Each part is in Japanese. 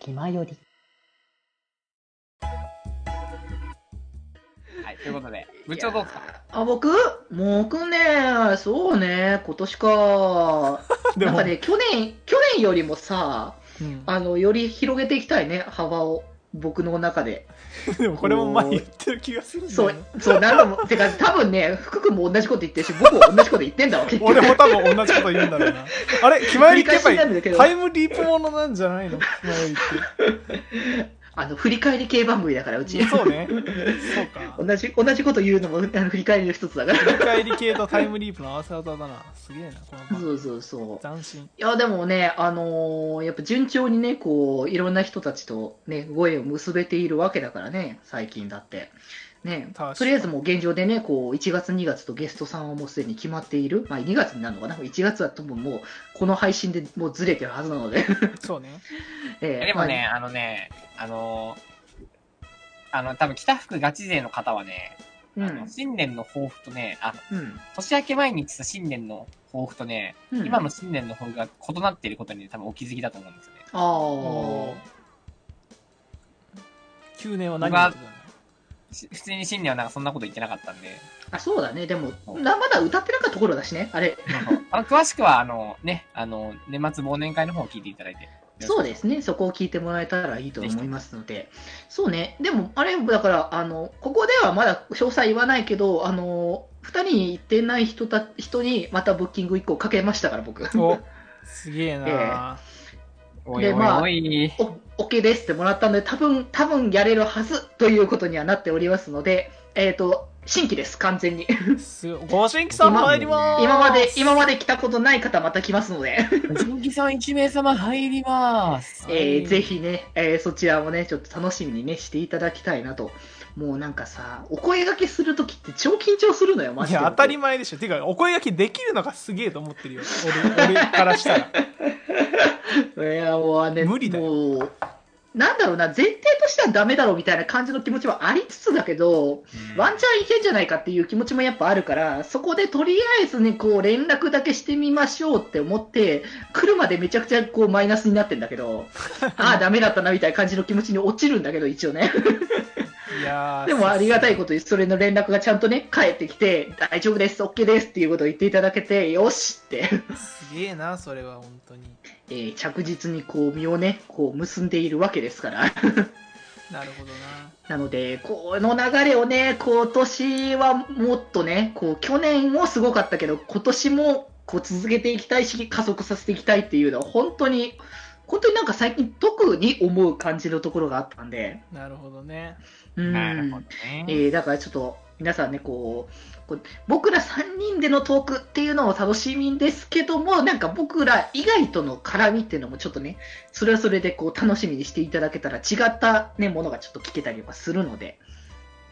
きまより。はい、ということで、部長どうですかあ、僕僕ね、そうね、今年か。でなんも か、ね、去年、去年よりもさ、うんあの、より広げていきたいね、幅を。僕の中で。でもこれも前言ってる気がするんだそうよね、そう、なんかも う、てか、多分ね、福君も同じこと言ってるし、僕も同じこと言ってんだわ、結局。 俺も多分同じこと言うんだろうな。あれ、気前よりってやっぱ繰り返しにりなるんだけどタイムリープものなんじゃな いの気前よりっあの、振り返り系番組だから、うちて。。そうね。そうか。 同じ、同じこと言うのも、あの振り返りの一つだから。振り返り系とタイムリープの合わせ技だな。すげえな、この番組そうそうそう。斬新。いや、でもね、あのーやっぱ順調にね、こう、いろんな人たちとね、ご縁を結べているわけだからね、最近だって。ね確か、にとりあえずもう現状でね、こう、1月、2月とゲストさんはもうすでに決まっている。まあ、2月になるのかな ?1 月は多分もう、この配信でもうずれてるはずなので。 そうね。ええでもね、あのね、あのーあの、多分北福ガチ勢の方はね、まああの新年の抱負とね、あの、うん。年明け前に言ってた新年の抱負とね、うん。今の新年の抱負が異なっていることに多分お気づきだと思うんですよね。ああ。 9年は何やってたのし普通に新年はなんかそんなこと言ってなかったんで、あ、そうだね。でも、なまだ歌ってなかった頃だしね、あれ。 あの詳しくは、あの、ね、あの、年末忘年会の方を聞いていただいて。そうですね、そこを聞いてもらえたらいいと思いますので、そうね、でも、あれ、だから、あのここではまだ詳細言わないけど、あの2人に行ってない人た人にまたブッキング1個かけましたから、僕、 おすげえな、おいでおいまあおい。お OK ですってもらったので、多分多分やれるはずということにはなっておりますので、えっ、と、新規です、完全に。すごいご新規さん参ります今まで、今まで来たことない方、また来ますので。人気さん1名様入ります。えはーいぜひね、えーそちらもね、ちょっと楽しみにね、していただきたいなと。もうなんかさ、お声掛けするときって超緊張するのよ、マいジで。や当たり前でしょていうかお声がけできるのがすげえと思ってるよ俺俺からしたらいや、もうね、無理だよもう、なんだろうな、前提としてはダメだろうみたいな感じの気持ちはありつつだけど、ワンチャンいけんじゃないかっていう気持ちもやっぱあるから、そこでとりあえずね、こう連絡だけしてみましょうって思って、来るまでめちゃくちゃこうマイナスになってんだけ ど、ああ、ダメだったなみたいな感じの気持ちに落ちるんだけど、一応ね。いやーでもありがたいことに、それの連絡がちゃんとね、返ってきて、大丈夫です、OK ですっていうことを言っていただけて、よしって、 すげえなそれは本当にえー着実にこう、身をね、こう、結んでいるわけですから。 なるほどななので、この流れをね、今年はもっとね、こう、去年もすごかったけど、今年もこう続けていきたいし、加速させていきたいっていうのは、本当に、本当になんか最近特に思う感じのところがあったんで、なるほどねうん。なるほどえね。ーだからちょっと皆さんねこうこう僕ら3人でのトークっていうのを楽しみんですけどもなんか僕ら以外との絡みっていうのもちょっとねそれはそれでこう楽しみにしていただけたら違った、ね、ものがちょっと聞けたりとかするので、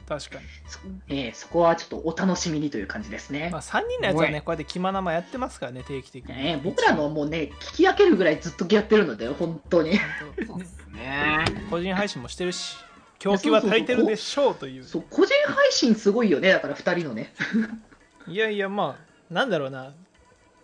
確かに、そえーそこはちょっとお楽しみにという感じですねまあ、。3人のやつはすごねこうやって気まなまやってますからね定期的に、ね僕らのもうね聞き分けるぐらいずっとやってるので本当に本当そうですね。個人配信もしてるし供給は足りてるでしょうというそう個人配信すごいよねだから2人のねいやいやまあなんだろうな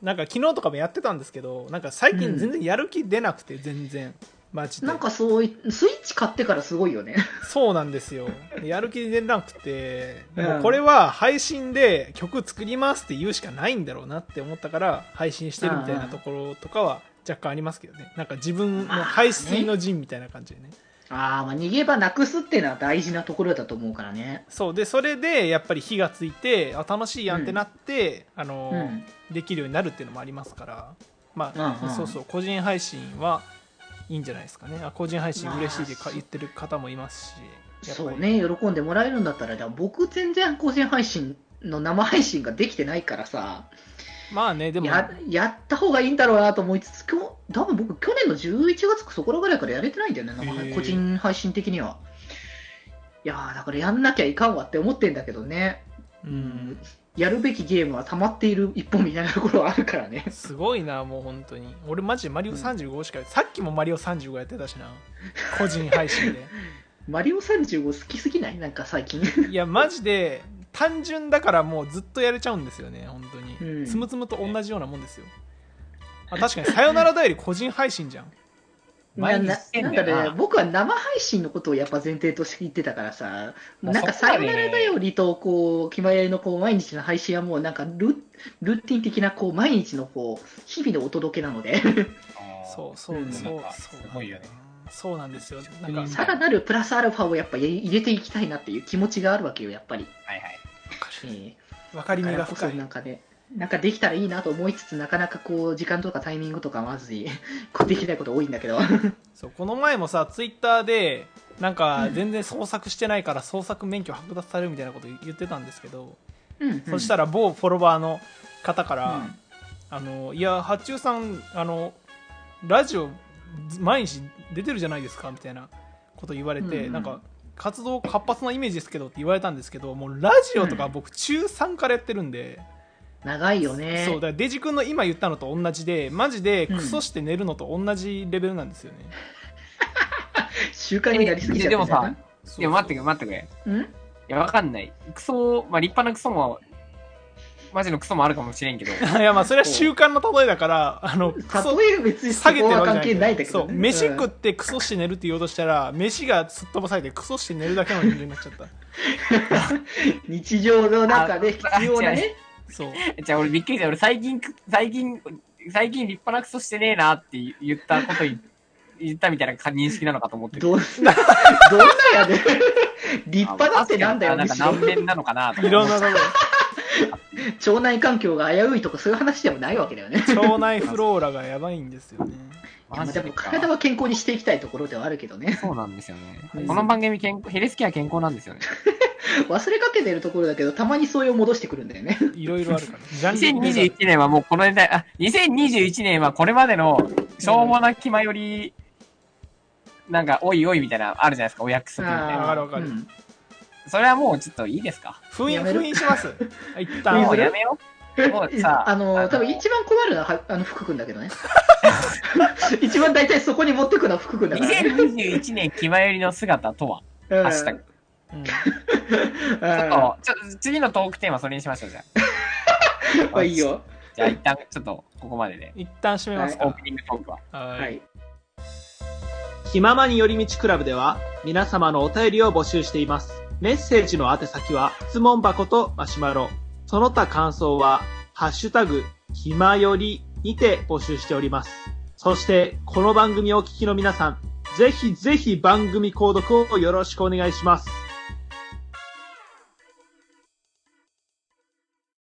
なんか昨日とかもやってたんですけどなんか最うん近全然やる気出なくて全然マジでなんかそういスイッチ買ってからすごいよねそうなんですよやる気出なくてうんもうこれは配信で曲作りますって言うしかないんだろうなって思ったから配信してるみたいなところとかは若干ありますけどねなんか自分の排水の陣みたいな感じでねあーまあ逃げ場なくすっていうのは大事なところだと思うからねそうでそれでやっぱり火がついてあ楽しいやんってなって、あのうんできるようになるっていうのもありますからまあ、うんうんそうそう個人配信はいいんじゃないですかねあ個人配信嬉しいってまかあ言ってる方もいますしやっぱりそうね、喜んでもらえるんだったら、でも僕、全然個人配信の生配信ができてないからさ、まあねでもややった方がいいんだろうなと思いつつ、今日多分僕、去年の11月、そこらぐらいからやれてないんだよね、なんかへー個人配信的には。いやー、だからやんなきゃいかんわって思ってんだけどね、うんやるべきゲームは溜まっている一本みたいなところはあるからね。すごいなもう本当に俺マジでマリオ35しか、さっきもマリオ35やってたしな個人配 信でマリオ35好きすぎないなんか最近。いやマジで単純だからもうずっとやれちゃうんですよね本当に、うんつむつむと同じようなもんですよあ確かに「さよならだより個人配信じゃんな毎な日してなんんだだよろうねな。僕は生配信のことをやっぱ前提として言ってたからさ、まあなんかそこさまでよねならだよりと、こう、気前のこう毎日の配信はもうなんかルルーティン的な、こう、毎日のこう、日々のお届けなので、あーそうそううんそうなんかそうすごいよねそうなんですよな職人んかさらなるプラスアルファをやっぱ入れていきたいなっていう気持ちがあるわけよ、やっぱり。はいはい。え分かえりみだかがらこそ深いなんかね、なんかできたらいいなと思いつつ、なかなかこう、時間とかタイミングとかまずい、こうできないこと多いんだけど。そうこの前もさツイッターでなんか全然捜索してないから捜索免許剥奪されるみたいなこと言ってたんですけど、うん、そしたら某フォロワーの方から、うんあのいや八中さんあのラジオず毎日出てるじゃないですかみたいなこと言われて、うんうんなんか活動活発なイメージですけどって言われたんですけどもうラジオとか僕中3からやってるんで、長いよね。そうだからデジ君の今言ったのと同じでマジでクソして寝るのと同じレベルなんですよね、習慣になりすぎちゃってでもんじゃさない、いや待ってくれ待ってくれ。うんいや、わかんない。クソ、まあ、立派なクソも、マジのクソもあるかもしれんけど、 て いやまあそれは習慣の例えだからあのクソ例えば別にそ下げてこるはわ関係けじゃなないいんだけそどうね、飯食うっんてクソして寝るって言おうとしたら飯がすっ飛ばされてクソして寝るだけの人間になっちゃった日常の中で必要なあ違ね、そうじゃあ俺びっくりした。俺最近、最近、最近立派なクソしてねえなって言ったこと言言ったみたいな認識なのかと思ってる。 どんな、どんなやで、立派だってなんだよ、あむなんかしろ難面なのかなとかいろんなとこ腸内環境が危ういとか、そういう話でもないわけだよね。ろ腸内フローラがやばいんですよねまあマジででもか体は健康にしていきたいところではあるけどね、 そうなんですよねうん。この番組健康、ヘレスケは健康なんですよね。忘れかけてるところだけど、たまにそれを戻してくるんだよね。いろいろあるから、ね、ジャンル2021年はもうこの年代、あ、2021年はこれまでの、しょうもな気前より、なんか、おいおいみたいな、あるじゃないですか、お約束みたいな。あわかるわかるうんそれはもうちょっといいですか封印やめる封印します一旦もう封印するやめよう。もうさ、あのー多分一番困るのははあの福君だけどね。 一番大体そこに持ってくのは福君だから、ね。 2021年気前よりの姿とは、うんハッシュタグ。うんうんちょっと、ちょ次のトークテーマそれにしましょう、じゃあ。 まあいい。よ。じゃあ一旦、ちょっと、ここまでで、一旦閉めますオーかプニングトークは。ははい。気ままに寄り道クラブでは皆様のお便りを募集しています。メッセージの宛先は質問箱とマシュマロ。その他感想はハッシュタグ、ひまよりにて募集しております。そして、この番組をお聞きの皆さん、ぜひぜひ番組購読をよろしくお願いします。